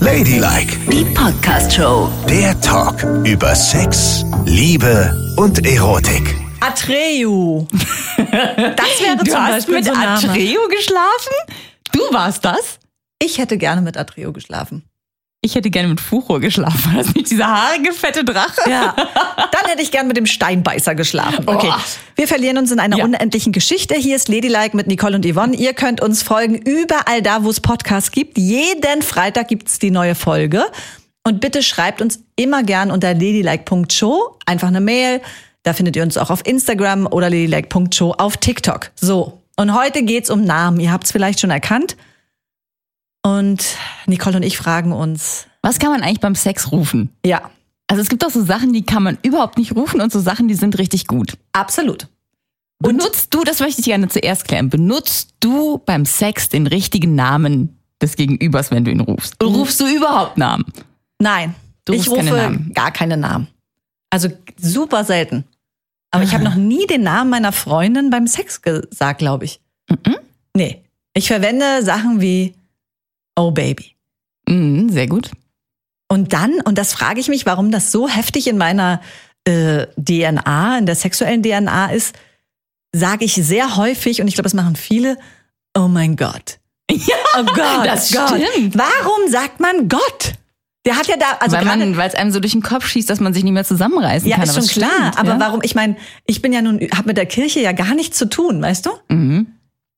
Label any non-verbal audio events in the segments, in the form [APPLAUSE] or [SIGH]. Ladylike, Die Podcast-Show. der Talk über Sex, Liebe und Erotik. Atreu. Das wäre Du zum hast Beispiel mit so ein Name. Atreo geschlafen? Du warst das? Ich hätte gerne mit Atreo geschlafen. Ich hätte gerne mit Furo geschlafen. War das nicht dieser haarige, fette Drache? Ja. Dann hätte ich gern mit dem Steinbeißer geschlafen. Okay. Oh. Wir verlieren uns in einer Ja. unendlichen Geschichte. Hier ist Ladylike mit Nicole und Yvonne. Ihr könnt uns folgen überall da, wo es Podcasts gibt. Jeden Freitag gibt's die neue Folge. Und bitte schreibt uns immer gern unter ladylike.show einfach eine Mail. Da findet ihr uns auch auf Instagram oder ladylike.show auf TikTok. So. Und heute geht's um Namen. Ihr habt's vielleicht schon erkannt. Und Nicole und ich fragen uns, Was kann man eigentlich beim Sex rufen? ja, Also es gibt auch so Sachen, die kann man überhaupt nicht rufen und so Sachen, die sind richtig gut. absolut. Benutzt du, das möchte ich gerne zuerst klären, benutzt du beim Sex den richtigen Namen des Gegenübers, wenn du ihn rufst? Mhm. Oder rufst du überhaupt Namen? Nein, Du ich rufst rufe keine Namen. gar keine Namen. Also super selten. Aber ich habe Ah. noch nie den Namen meiner Freundin beim Sex gesagt, glaube ich. Mhm. Nee. Ich verwende Sachen wie Oh Baby. Mhm, sehr gut. Und dann, und das frage ich mich, warum das so heftig in meiner äh, DNA, in der sexuellen DNA ist, sage ich sehr häufig, und ich glaube, das machen viele, oh mein Gott. [LAUGHS] Ja, Oh Gott, das Gott. stimmt. Warum sagt man Gott? Der hat ja da, also weil gerade- man, weil es einem so durch den Kopf schießt, dass man sich nicht mehr zusammenreißen Ja, kann. ist aber schon es klar. stimmt, aber ja? warum? Ich meine, ich bin ja nun, hab mit der Kirche ja gar nichts zu tun, weißt du? Mhm.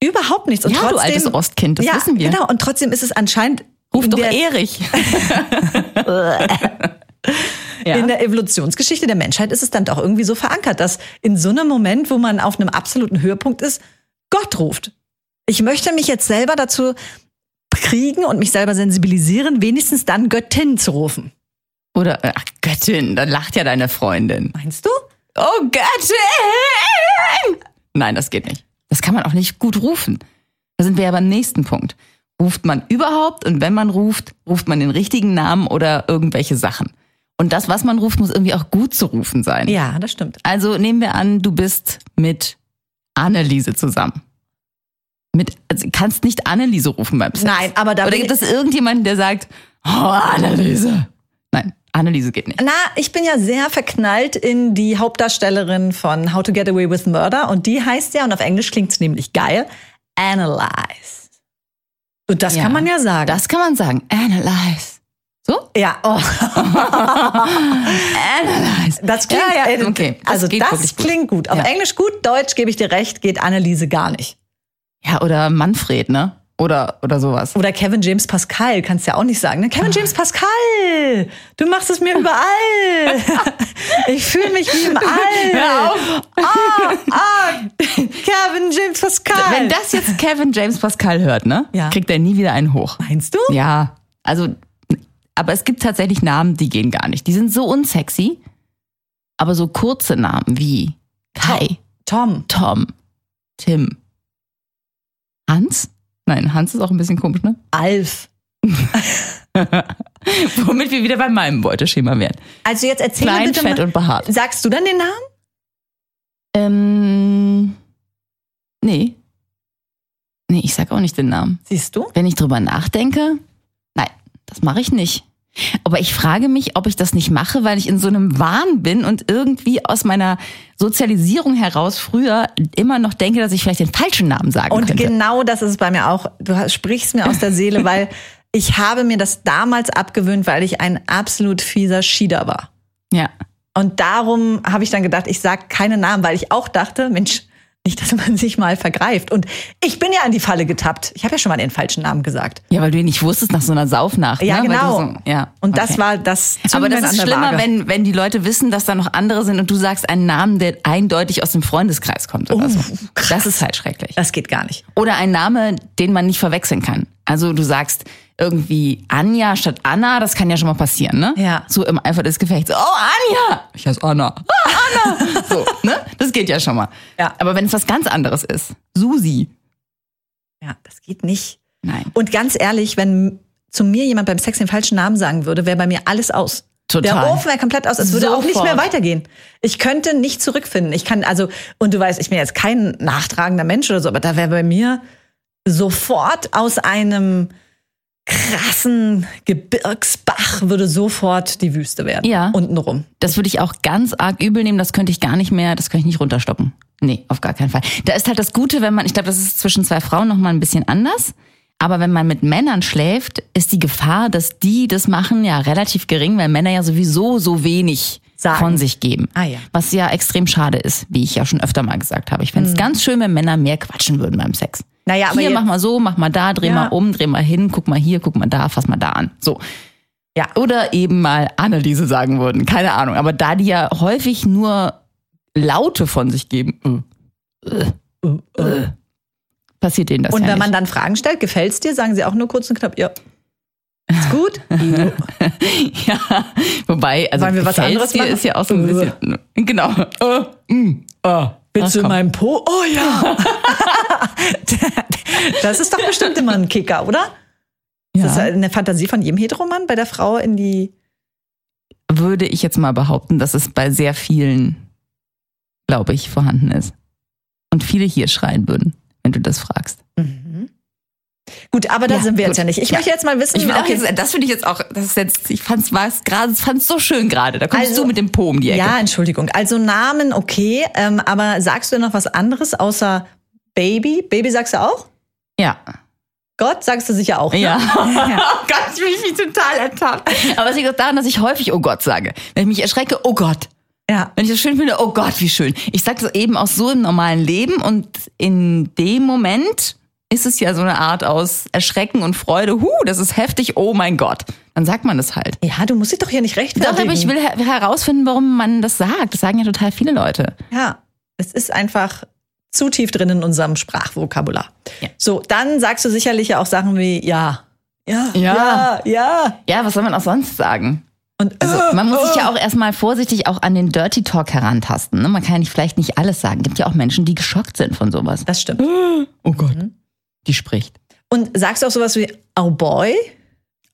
Überhaupt nichts. Und Ja, du trotzdem, altes Ostkind, das ja, wissen wir. Genau. Und trotzdem ist es anscheinend Ruf in doch der, [LAUGHS] Erich. ja. in der Evolutionsgeschichte der Menschheit ist es dann doch irgendwie so verankert, dass in so einem Moment, wo man auf einem absoluten Höhepunkt ist, Gott ruft. Ich möchte mich jetzt selber dazu kriegen und mich selber sensibilisieren, wenigstens dann Göttin zu rufen. Oder, ach Göttin, dann lacht ja deine Freundin. Meinst du? Oh Göttin! Nein, das geht nicht. Das kann man auch nicht gut rufen. Da sind wir ja beim nächsten Punkt. Ruft man überhaupt und wenn man ruft, ruft man den richtigen Namen oder irgendwelche Sachen. Und das, was man ruft, muss irgendwie auch gut zu rufen sein. Ja, das stimmt. Also nehmen wir an, du bist mit Anneliese zusammen. Mit, also kannst nicht Anneliese rufen beim Sex. Nein, aber da Oder bin gibt es irgendjemanden, der sagt, oh, Anneliese. Nein, Anneliese geht nicht. Na, ich bin ja sehr verknallt in die Hauptdarstellerin von How to Get Away with Murder und die heißt ja, und auf Englisch klingt's nämlich geil, Analyze. Und das Ja. kann man ja sagen. Das kann man sagen. Analyze. So? ja, oh, Analyze. das klingt, Ja, ja, äh, okay. Das also geht das wirklich gut. klingt gut. Auf Ja. Englisch gut, Deutsch gebe ich dir recht, geht Anneliese gar nicht. Ja, oder Manfred, ne? Oder, oder sowas. Oder Kevin James Pascal, kannst ja auch nicht sagen. Ne? Ah. Kevin James Pascal, du machst es mir [LAUGHS] überall. ich fühle mich wie im All. Hör auf. Ah, ah, Kevin James Pascal. Wenn das jetzt Kevin James Pascal hört, ne? Ja. Kriegt er nie wieder einen hoch. Meinst du? Ja, also, aber es gibt tatsächlich Namen, die gehen gar nicht. Die sind so unsexy, aber so kurze Namen wie Kai, Tom. Tom, Tim, Hans? Nein, Hans ist auch ein bisschen komisch, ne? [LAUGHS] Alf. Womit wir wieder bei meinem Beuteschema wären. Also jetzt erzähl mir Klein, bitte fett mal, und behaart. sagst du dann den Namen? Ähm, nee. Nee, ich sag auch nicht den Namen. Siehst du? Wenn ich drüber nachdenke, nein, das mache ich nicht. Aber ich frage mich, ob ich das nicht mache, weil ich in so einem Wahn bin und irgendwie aus meiner Sozialisierung heraus früher immer noch denke, dass ich vielleicht den falschen Namen sagen Und könnte. genau das ist es bei mir auch. Du sprichst mir aus der Seele, weil ich habe mir das damals abgewöhnt, weil ich ein absolut fieser Schieder war. Ja. Und darum habe ich dann gedacht, ich sage keine Namen, weil ich auch dachte, Mensch, nicht, dass man [LAUGHS] sich mal vergreift. Und ich bin ja in die Falle getappt. Ich habe ja schon mal den falschen Namen gesagt. ja, weil du nicht wusstest nach so einer Saufnacht. Ja, ne? Weil du genau. So, ja. Und okay. das war das. Aber Zünglein das ist an der schlimmer, Waage. wenn, wenn die Leute wissen, dass da noch andere sind und du sagst einen Namen, der eindeutig aus dem Freundeskreis kommt oder Oh, so. krass. Das ist halt schrecklich. Das geht gar nicht. Oder ein Name, den man nicht verwechseln kann. Also du sagst irgendwie Anja statt Anna, das kann ja schon mal passieren, ne? Ja. So im Eifer des Gefechts. Oh, Anja! Ich heiße Anna. Ah, Anna! [LAUGHS] so, ne? Das geht ja schon mal. Ja. Aber wenn es was ganz anderes ist, Susi. Ja, das geht nicht. Nein. Und ganz ehrlich, wenn zu mir jemand beim Sex den falschen Namen sagen würde, wäre bei mir alles aus. Total. Der Ofen wäre komplett aus. Es würde auch nicht Sofort. mehr weitergehen. Ich könnte nicht zurückfinden. Ich kann also, und du weißt, ich bin jetzt kein nachtragender Mensch oder so, aber da wäre bei mir sofort aus einem krassen Gebirgsbach würde sofort die Wüste werden. Ja. Untenrum. Das würde ich auch ganz arg übel nehmen. Das könnte ich gar nicht mehr, das könnte ich nicht runterstoppen. Nee, auf gar keinen Fall. Da ist halt das Gute, wenn man, ich glaube, das ist zwischen zwei Frauen nochmal ein bisschen anders. Aber wenn man mit Männern schläft, ist die Gefahr, dass die das machen, ja relativ gering, weil Männer ja sowieso so wenig Sagen. von sich geben. Ah, ja. Was ja extrem schade ist, wie ich ja schon öfter mal gesagt habe. Ich fände es Mhm. ganz schön, wenn Männer mehr quatschen würden beim Sex. Naja, aber hier, jetzt- mach mal so, mach mal da, dreh Ja. mal um, dreh mal hin, guck mal hier, guck mal da, fass mal da an. So. Ja. Oder eben mal Anneliese sagen würden. Keine Ahnung. Aber da die ja häufig nur Laute von sich geben, äh, äh, äh, passiert denen das Und ja wenn nicht. man dann Fragen stellt, gefällt's dir, sagen sie auch nur kurz und knapp, ja. Ist [LAUGHS] gut? [LAUGHS] Jo. ja, wobei, also Wollen wir was gefällt's anderes dir machen? ist ja auch so ein Äh. bisschen. Genau. Äh, mm, äh. Ach, Willst du in komm. meinem Po? Oh [LAUGHS] ja. [LAUGHS] das ist doch bestimmt immer ein Kicker, oder? ja. Das ist halt- eine Fantasie von jedem Heteroman bei der Frau in die. würde ich jetzt mal behaupten, dass es bei sehr vielen, glaube ich, vorhanden ist. Und viele hier schreien würden, wenn du das fragst. Gut, aber da Ja, sind wir gut. jetzt ja nicht. Ich Ja. möchte jetzt mal wissen, Ich will auch okay, jetzt, das finde ich jetzt auch, das ist jetzt, ich fand's was gerade, fand's so schön gerade. Da kommst Also- du mit dem Po um die Ecke. Ja, Entschuldigung. Also Namen okay, ähm, aber sagst du noch was anderes außer Baby? Baby sagst du auch? Ja. Gott sagst du sicher auch. [LAUGHS] Ne? Ja. oh Gott, ich fühle mich total ertappt. Aber es liegt auch daran, dass ich häufig Oh Gott sage. Wenn ich mich erschrecke, oh Gott. ja. Wenn ich das schön finde, oh Gott, wie schön. Ich sage das eben auch so im normalen Leben und in dem Moment ist es ja so eine Art aus Erschrecken und Freude. Huh, das ist heftig, oh mein Gott. Dann sagt man das halt. Ja, du musst dich doch hier nicht rechtfertigen. Doch, aber ich will her herausfinden, warum man das sagt. Das sagen ja total viele Leute. Ja, es ist einfach zu tief drin in unserem Sprachvokabular. Ja. So, dann sagst du sicherlich ja auch Sachen wie ja. Ja, Ja. ja, ja. Ja, was soll man auch sonst sagen? Und [LAUGHS] Also, äh, man muss sich äh. ja auch erstmal vorsichtig auch an den Dirty Talk herantasten. Ne? Man kann ja nicht, vielleicht nicht alles sagen. Gibt ja auch Menschen, die geschockt sind von sowas. Das stimmt. Oh Gott. Mhm. Die spricht. Und sagst du auch sowas wie oh boy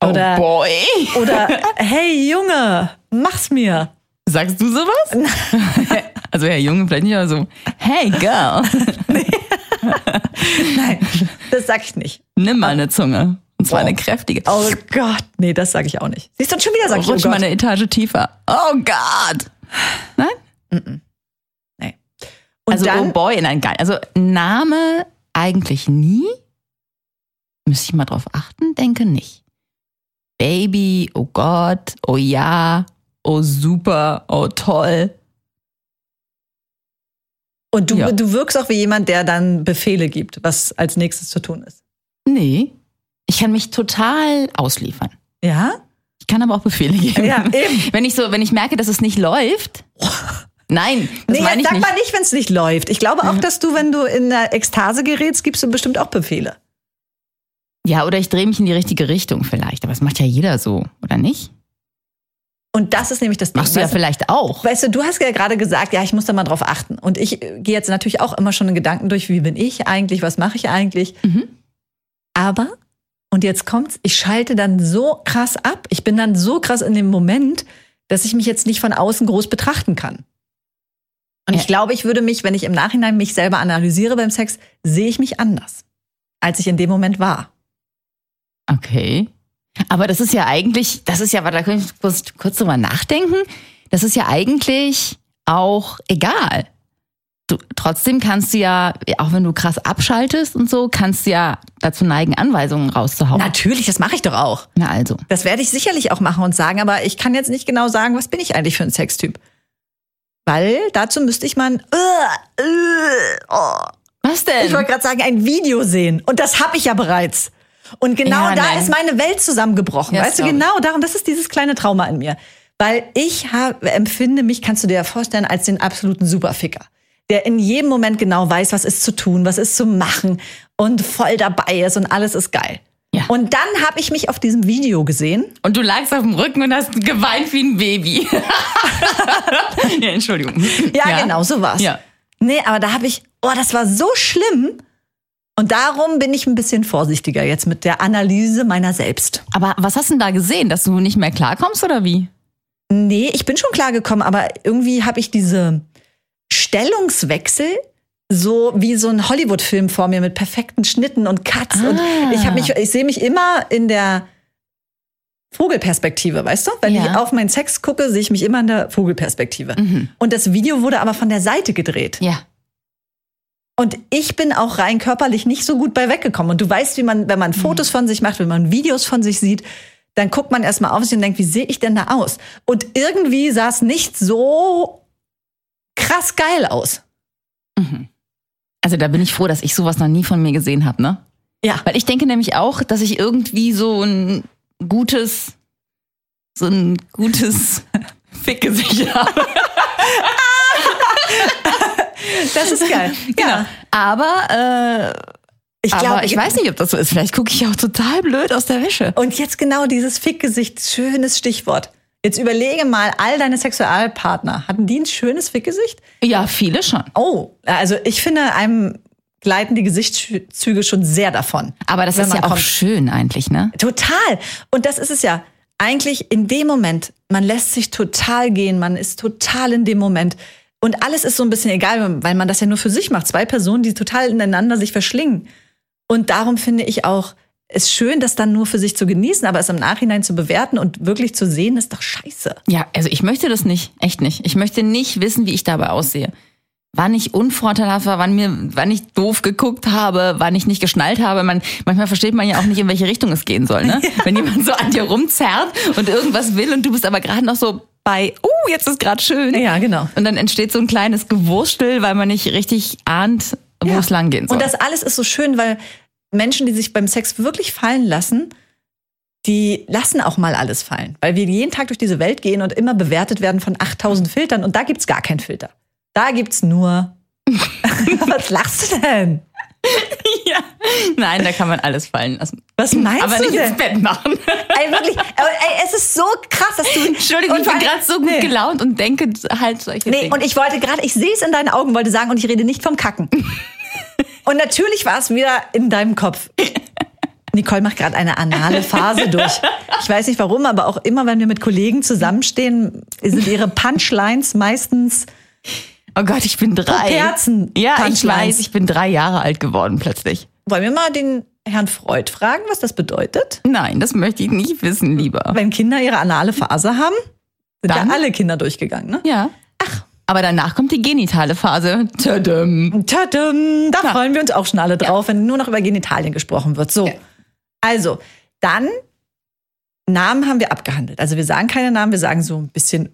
oder oh boy. oder hey Junge, mach's mir. Sagst du sowas? [LAUGHS] also Herr Junge, vielleicht nicht, aber so, hey girl, Nein, das sag ich nicht. nimm mal eine Zunge. Und zwar eine kräftige. Oh Gott, nee, das sage ich auch nicht. Siehst du, und schon wieder sag ich oh Rutsch Gott. mal eine Etage tiefer. Oh Gott. Nein? nee. Und also dann, oh boy, nein, geil. Also Name eigentlich nie. Müsste ich mal drauf achten? Denke nicht. Baby, oh Gott, oh ja, oh super, oh toll. und du, ja. du wirkst auch wie jemand, der dann Befehle gibt, was als nächstes zu tun ist. Nee. Ich kann mich total ausliefern. Ja? Ich kann aber auch Befehle geben. Ja, [LAUGHS] eben. Wenn ich so, wenn ich merke, dass es nicht [LAUGHS] läuft. Nein, das nee, meine jetzt ich sag nicht. mal nicht, wenn es nicht läuft. Ich glaube auch, dass du, wenn du in der Ekstase gerätst, gibst du bestimmt auch Befehle. Ja, oder ich drehe mich in die richtige Richtung vielleicht. Aber das macht ja jeder so, oder nicht? Und das ist nämlich das Ding. Machst du ja Weißt vielleicht auch. Weißt du, du hast ja gerade gesagt, ja, ich muss da mal drauf achten. Und ich äh, gehe jetzt natürlich auch immer schon in Gedanken durch, wie bin ich eigentlich, was mache ich eigentlich. Mhm. Aber, und jetzt kommt's, ich schalte dann so krass ab, ich bin dann so krass in dem Moment, dass ich mich jetzt nicht von außen groß betrachten kann. Und ich Ja. glaube, ich würde mich, wenn ich im Nachhinein mich selber analysiere beim Sex, sehe ich mich anders, als ich in dem Moment war. Okay. Aber das ist ja eigentlich, das ist ja, warte, da kann ich kurz, kurz drüber nachdenken. Das ist ja eigentlich auch egal. Du, trotzdem kannst du ja, auch wenn du krass abschaltest und so, kannst du ja dazu neigen, Anweisungen rauszuhauen. Natürlich, das mache ich doch auch. Na also. Das werde ich sicherlich auch machen und sagen, aber ich kann jetzt nicht genau sagen, was bin ich eigentlich für ein Sextyp. Weil dazu müsste ich mal ein, äh, äh, oh. Was ich denn? wollte gerade sagen, ein Video sehen. Und das habe ich ja bereits. Und genau Ja, da nein. ist meine Welt zusammengebrochen. Ja, weißt du, sorry. genau darum, das ist dieses kleine Trauma in mir. Weil ich hab, empfinde mich, kannst du dir ja vorstellen, als den absoluten Superficker. Der in jedem Moment genau weiß, was ist zu tun, was ist zu machen und voll dabei ist und alles ist geil. Ja. Und dann habe ich mich auf diesem Video gesehen Und du lagst auf dem Rücken und hast geweint wie ein [LAUGHS] Baby. ja, Entschuldigung. Ja, genau, so war's. Ja. Nee, aber da habe ich, oh, das war so schlimm. Und darum bin ich ein bisschen vorsichtiger jetzt mit der Analyse meiner selbst. Aber was hast du denn da gesehen, dass du nicht mehr klarkommst oder wie? Nee, ich bin schon klargekommen, aber irgendwie habe ich diese Stellungswechsel so wie so ein Hollywood-Film vor mir mit perfekten Schnitten und Cuts. Und ich habe mich, ich sehe mich immer in der Vogelperspektive, weißt du? Wenn Ja. Mhm. ich auf meinen Sex gucke, sehe ich mich immer in der Vogelperspektive. Und das Video wurde aber von der Seite gedreht. Ja. Und ich bin auch rein körperlich nicht so gut bei weggekommen. Und du weißt, wie man, wenn Mhm. man Fotos von sich macht, wenn man Videos von sich sieht, dann guckt man erstmal auf sich und denkt, wie sehe ich denn da aus? Und irgendwie sah es nicht so krass geil aus. Also da bin ich froh, dass ich sowas noch nie von mir gesehen habe, ne? Ja. Weil ich denke nämlich auch, dass ich irgendwie so ein gutes, so ein gutes [LAUGHS] Fickgesicht habe. Das ist [LAUGHS] geil. Ja. Genau. Aber, äh, Ich aber glaube, ich weiß nicht, ob das so ist. Vielleicht gucke ich auch total blöd aus der Wäsche. Und jetzt genau dieses Fickgesicht, schönes Stichwort. Jetzt überlege mal, all deine Sexualpartner, hatten die ein schönes Fickgesicht? Ja, viele schon. Oh, also ich finde, einem gleiten die Gesichtszüge schon sehr davon. Aber das Wenn ist man ja auch kommt. schön eigentlich, ne? Total. Und das ist es ja. Eigentlich in dem Moment, man lässt sich total gehen, man ist total in dem Moment. Und alles ist so ein bisschen egal, weil man das ja nur für sich macht. Zwei Personen, die total ineinander sich verschlingen. Und darum finde ich auch, es schön, das dann nur für sich zu genießen, aber es im Nachhinein zu bewerten und wirklich zu sehen, ist doch scheiße. Ja, also ich möchte das nicht, echt nicht. Ich möchte nicht wissen, wie ich dabei aussehe. Wann ich unvorteilhaft war, wann, mir, wann ich doof geguckt habe, wann ich nicht geschnallt habe. Man, manchmal versteht man ja auch nicht, in welche Richtung es gehen [LAUGHS] soll. Ne? Wenn jemand so an dir rumzerrt und irgendwas will und du bist aber gerade noch so bei, uh, jetzt ist gerade schön. Ja, genau. Und dann entsteht so ein kleines Gewurstel, weil man nicht richtig ahnt, wo Ja. es lang gehen soll. Und das alles ist so schön, weil Menschen, die sich beim Sex wirklich fallen lassen, die lassen auch mal alles fallen. Weil wir jeden Tag durch diese Welt gehen und immer bewertet werden von 8000 Filtern und da gibt's gar keinen Filter. Da [LAUGHS] gibt's nur. Was lachst du denn? [LAUGHS] ja. Nein, da kann man alles fallen lassen. Was meinst aber du nicht denn? ins Bett machen. [LAUGHS] Ey, wirklich, aber, ey, es ist so krass, dass du. Entschuldigung, ich vor bin allem- gerade so gut gelaunt und denke halt solche Nee, Dinge. und ich wollte gerade, ich sehe es in deinen Augen, wollte sagen, und ich rede nicht vom Kacken. und natürlich war es wieder in deinem Kopf. Nicole macht gerade eine anale Phase durch. Ich weiß nicht warum, aber auch immer, wenn wir mit Kollegen zusammenstehen, sind ihre Punchlines meistens. Oh Gott, ich bin drei. Kerzen- Ja, ich Punchlines. weiß, ich bin drei Jahre alt geworden plötzlich. Wollen wir mal den Herrn Freud fragen, was das bedeutet? Nein, das möchte ich nicht wissen, lieber. Wenn Kinder ihre anale Phase haben, sind Dann? ja alle Kinder durchgegangen, ne? Ja. Ach. Aber danach kommt die genitale Phase. Tadam. Tadam, da freuen wir uns auch schon alle drauf, wenn nur noch über Genitalien gesprochen wird. So. Also, dann Namen haben wir abgehandelt. Also wir sagen keine Namen, wir sagen so ein bisschen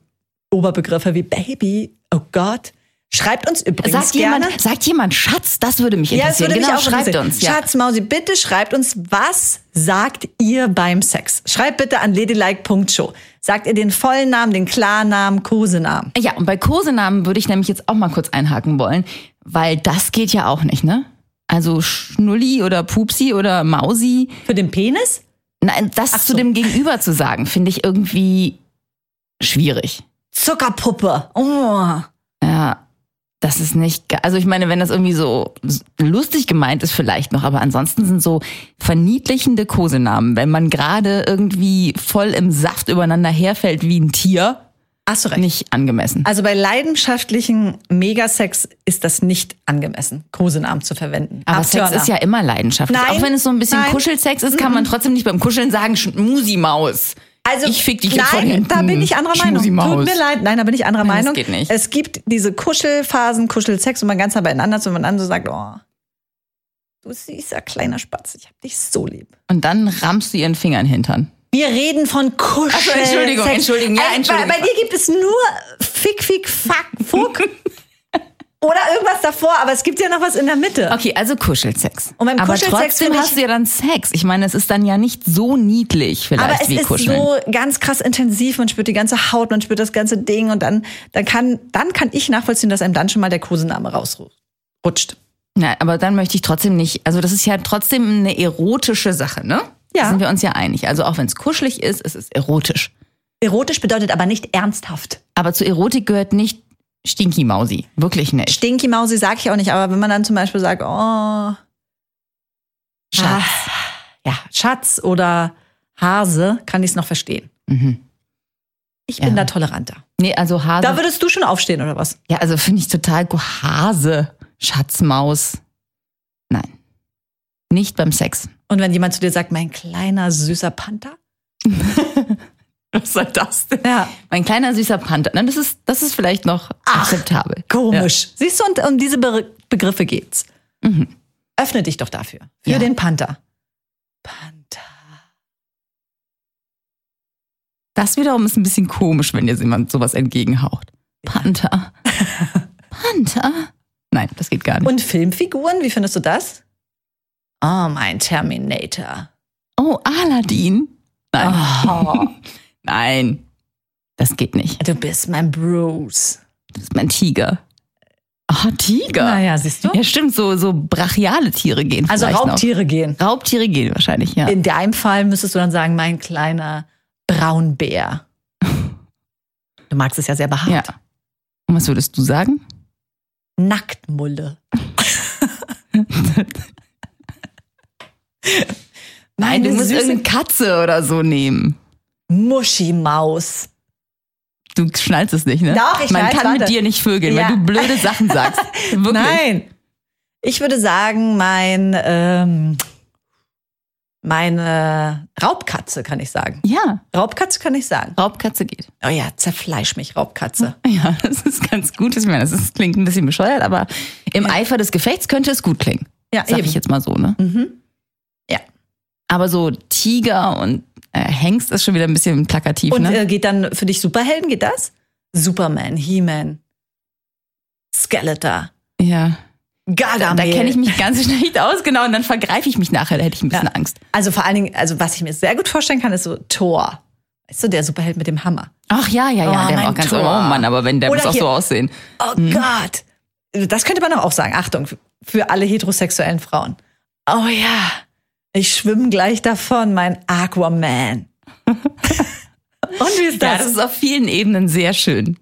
Oberbegriffe wie Baby, oh Gott. Schreibt uns übrigens Sagt gerne. jemand, sagt jemand, Schatz, das würde mich ja, es interessieren. würde mich genau, auch schreibt interessieren. uns. Ja. Schatz, Mausi, bitte schreibt uns, was sagt ihr beim Sex? Schreibt bitte an ladylike.show. Sagt ihr den vollen Namen, den Klarnamen, Kosenamen? ja, und bei Kosenamen würde ich nämlich jetzt auch mal kurz einhaken wollen, weil das geht ja auch nicht, ne? Also Schnulli oder Pupsi oder Mausi. Für den Penis? Nein, das zu so. dem Gegenüber zu sagen, finde ich irgendwie schwierig. Zuckerpuppe. Oh. Das ist nicht, ge- also ich meine, wenn das irgendwie so s- lustig gemeint ist vielleicht noch, aber ansonsten sind so verniedlichende Kosenamen, wenn man gerade irgendwie voll im Saft übereinander herfällt wie ein Tier, Hast du recht. nicht angemessen. Also bei leidenschaftlichen Megasex ist das nicht angemessen, Kosenamen zu verwenden. Aber Abtörner. Sex ist ja immer leidenschaftlich. Nein. Auch wenn es so ein bisschen Nein. Mhm. Kuschelsex ist, kann man trotzdem nicht beim Kuscheln sagen, Sch- Musi-Maus. Also, ich fick dich nein, jetzt von hinten. da bin ich anderer Meinung. Schmusi-Maus. Tut mir leid, nein, da bin ich anderer Nein, das Meinung. geht nicht. Es gibt diese Kuschelphasen, Kuschelsex, wo man ganz nah beieinander ist und man dann so sagt, oh, du süßer kleiner Spatz, ich hab dich so lieb. Und dann rammst du ihren Finger in den Hintern. Wir reden von Ach Kuschelsex. so, Entschuldigung, Entschuldigung, ja, Ey, bei- Entschuldigung. Bei, dir gibt es nur Fick, Fick, Fuck, Fuck. [LAUGHS] Oder irgendwas davor, aber es gibt ja noch was in der Mitte. Okay, also Kuschelsex. Und beim aber Kuschelsex trotzdem find ich- hast du ja dann Sex. Ich meine, es ist dann ja nicht so niedlich vielleicht Aber es wie ist Kuscheln. so ganz krass intensiv, man spürt die ganze Haut, man spürt das ganze Ding und dann, dann, kann, dann kann ich nachvollziehen, dass einem dann schon mal der Kosename rausrutscht. Nein, aber dann möchte ich trotzdem nicht, also das ist ja trotzdem eine erotische Sache, ne? Ja. Da sind wir uns ja einig. Also auch wenn es kuschelig ist, es ist erotisch. Erotisch bedeutet aber nicht ernsthaft. Aber zur Erotik gehört nicht Stinky Mausi. Wirklich nicht. Stinky Mausi sag ich auch nicht, aber wenn man dann zum Beispiel sagt, oh, Ah. Schatz. ja, Schatz oder Hase, kann ich es noch verstehen. Mhm. Ich bin Ja. da toleranter. Nee, also Hase. Da würdest du schon aufstehen oder was? ja, also finde ich total gu- Hase. Schatzmaus. Nein. Nicht beim Sex. Und wenn jemand zu dir sagt, mein kleiner süßer Panther? Was soll das denn? Ja. Mein kleiner süßer Panther. Nein, das ist, das ist vielleicht noch akzeptabel. Komisch. Siehst du, und um diese Be Begriffe geht's. Mhm. Öffne dich doch dafür. Für Ja. den Panther. Panther. Das wiederum ist ein bisschen komisch, wenn dir jemand sowas entgegenhaucht. [LAUGHS] Panther. Panther? Nein, das geht gar nicht. Und Filmfiguren, wie findest du das? Oh, mein Terminator. oh, Aladdin? Nein. Oh, [LAUGHS] Nein. Das geht nicht. [LAUGHS] du bist mein Bruce. Das ist mein Tiger. Ah, Tiger. Naja, siehst du? Ja, stimmt, so, so brachiale Tiere gehen Also Äh, vielleicht Raubtiere gehen. Noch. Raubtiere gehen wahrscheinlich, ja. In deinem Fall müsstest du dann sagen, mein kleiner [LAUGHS] Braunbär. Du magst es ja sehr ja. behaart. Und was würdest du sagen? [LAUGHS] Nacktmulle. Nein, du Meine musst süße irgendeine Katze oder so nehmen. Muschimaus. Du schnallst es nicht, ne? Doch, ich Man weiß, kann mit warte. dir nicht vögeln, Ja. weil du blöde Sachen sagst. Wirklich. [LAUGHS] Nein. Ich würde sagen, mein, ähm, meine Raubkatze kann ich sagen. Ja, Raubkatze kann ich sagen. Raubkatze geht. Oh ja, zerfleisch mich, Raubkatze. Ja, [LAUGHS] das ist ganz gut. Ich meine, das ist, klingt ein bisschen bescheuert, aber im Eifer des Gefechts könnte es gut klingen. Ja, Sag ich jetzt mal so, ne? Mhm. Aber so Tiger und äh, Hengst ist schon wieder ein bisschen plakativ, Und ne? äh, geht dann für dich Superhelden, geht das? Superman, He-Man, Skeletor, ja. Da, Gargamel. da kenne ich mich ganz [LAUGHS] schlecht aus, genau. Und dann vergreife ich mich nachher, da hätte ich ein bisschen Ja. Angst. Also vor allen Dingen, also was ich mir sehr gut vorstellen kann, ist so Thor. Weißt du, der Superheld mit dem Hammer. Ach ja, ja, ja, Oh, der war mein auch ganz, Tor. oh Mann, aber wenn der Oder muss auch hier- so aussehen. Oh Hm? Gott. Das könnte man doch auch sagen. Achtung, für alle heterosexuellen Frauen. Oh ja, ich schwimme gleich davon, mein [LAUGHS] Aquaman. Und wie ist Ja, das das? ist auf vielen Ebenen sehr schön.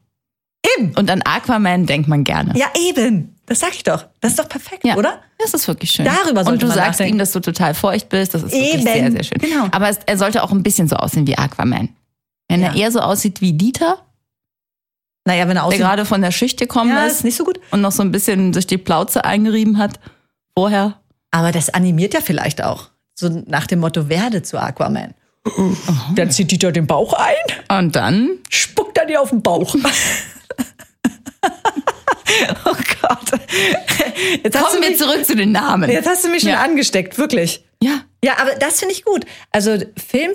Eben. Und an Aquaman denkt man gerne. Ja, eben. Das sag ich doch. Das ist doch perfekt, Ja. oder? Das ist wirklich schön. Darüber sollte Und du man sagst nachdenken. ihm, dass du total feucht bist. Das ist wirklich Eben, sehr, sehr schön. genau. Aber es, er sollte auch ein bisschen so aussehen wie Aquaman. Wenn Ja. er eher so aussieht wie Dieter, Naja, wenn er der aussieht, gerade von der Schicht gekommen ja, ist ist nicht so gut. und noch so ein bisschen sich die Plauze eingerieben hat vorher. Aber das animiert ja vielleicht auch. So nach dem Motto, werde zu Aquaman. Dann zieht Dieter den Bauch ein, Und dann, spuckt er dir auf [LAUGHS] den Bauch. oh Gott. Jetzt hast, du Oh kommen wir mich, zurück zu den Namen. jetzt hast du mich schon Ja. angesteckt, wirklich. ja. Ja, aber das finde ich gut. Also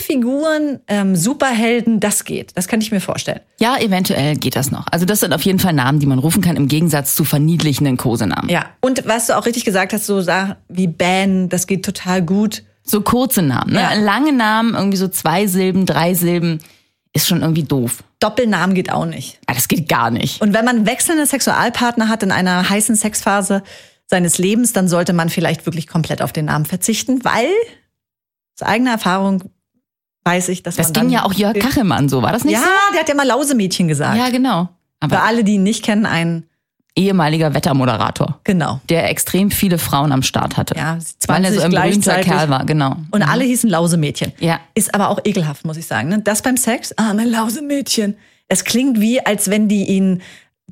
Filmfiguren, ähm, Superhelden, das geht. Das kann ich mir vorstellen. Ja, eventuell geht das noch. Also das sind auf jeden Fall Namen, die man rufen kann, im Gegensatz zu verniedlichenden Kosenamen. Ja. Und was du auch richtig gesagt hast, so Sachen wie Ben, das geht total gut. So kurze Namen. Ne? Ja. Lange Namen, irgendwie so zwei Silben, drei Silben, ist schon irgendwie doof. Doppelnamen geht auch nicht. Ah, das geht gar nicht. Und wenn man wechselnde Sexualpartner hat in einer heißen Sexphase seines Lebens, dann sollte man vielleicht wirklich komplett auf den Namen verzichten, weil aus eigener Erfahrung weiß ich, dass Das man ging dann ja auch Jörg Kachelmann so, war das nicht Ja, der hat ja mal Lausemädchen so? gesagt. Ja, genau. Für Aber alle, die ihn nicht kennen, ein ehemaliger Wettermoderator, genau. der extrem viele Frauen am Start hatte. Ja, weil er so 20 ein berühmter gleichzeitig. Kerl war, genau. Und alle hießen Lausemädchen. Ja. Ist aber auch ekelhaft, muss ich sagen. ne? Das beim Sex, ah, mein Lausemädchen. Es klingt wie, als wenn die ihn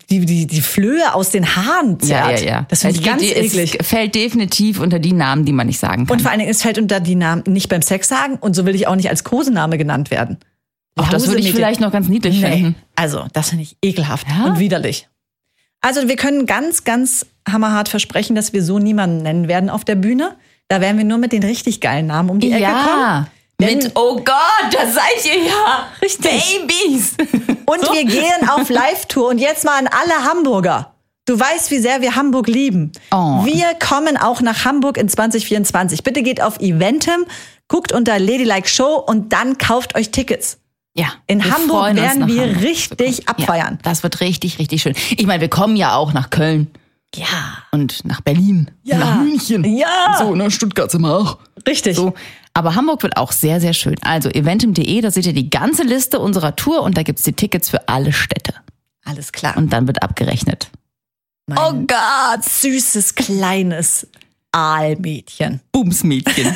die, die, die Flöhe aus den Haaren ja, ja, zerrt. ja. Das finde ich Also ganz die- es eklig. fällt definitiv unter die Namen, die man nicht sagen kann. Und vor allen Dingen, es fällt unter die Namen nicht beim Sex sagen und so will ich auch nicht als Kosename genannt werden. auch das würde ich Lausemädchen. vielleicht noch ganz niedlich Nee. finden. Also, das finde ich ekelhaft Ja? und widerlich. Also, wir können ganz, ganz hammerhart versprechen, dass wir so niemanden nennen werden auf der Bühne. Da werden wir nur mit den richtig geilen Namen um die Ecke kommen. Ja. Mit, oh Gott, da seid ihr ja. Richtig. Babys. [LAUGHS] Und wir gehen auf Live-Tour. Und jetzt mal an alle Hamburger. Du weißt, wie sehr wir Hamburg lieben. Oh. Wir kommen auch nach Hamburg in 2024. Bitte geht auf Eventim, guckt unter Ladylike Show und dann kauft euch Tickets. Ja. In wir Hamburg freuen uns werden nach wir Hamburg. richtig Ja, abfeiern. das wird richtig, richtig schön. Ich meine, wir kommen ja auch nach Köln Ja. und nach Berlin. Ja. Und nach München. Ja. Und so, ne? Stuttgart sind wir auch. Richtig. So. Aber Hamburg wird auch sehr, sehr schön. Also eventim.de, da seht ihr die ganze Liste unserer Tour und da gibt's die Tickets für alle Städte. Alles klar. Und dann wird abgerechnet. mein Gott, süßes kleines Aalmädchen. [LAUGHS] Bumsmädchen.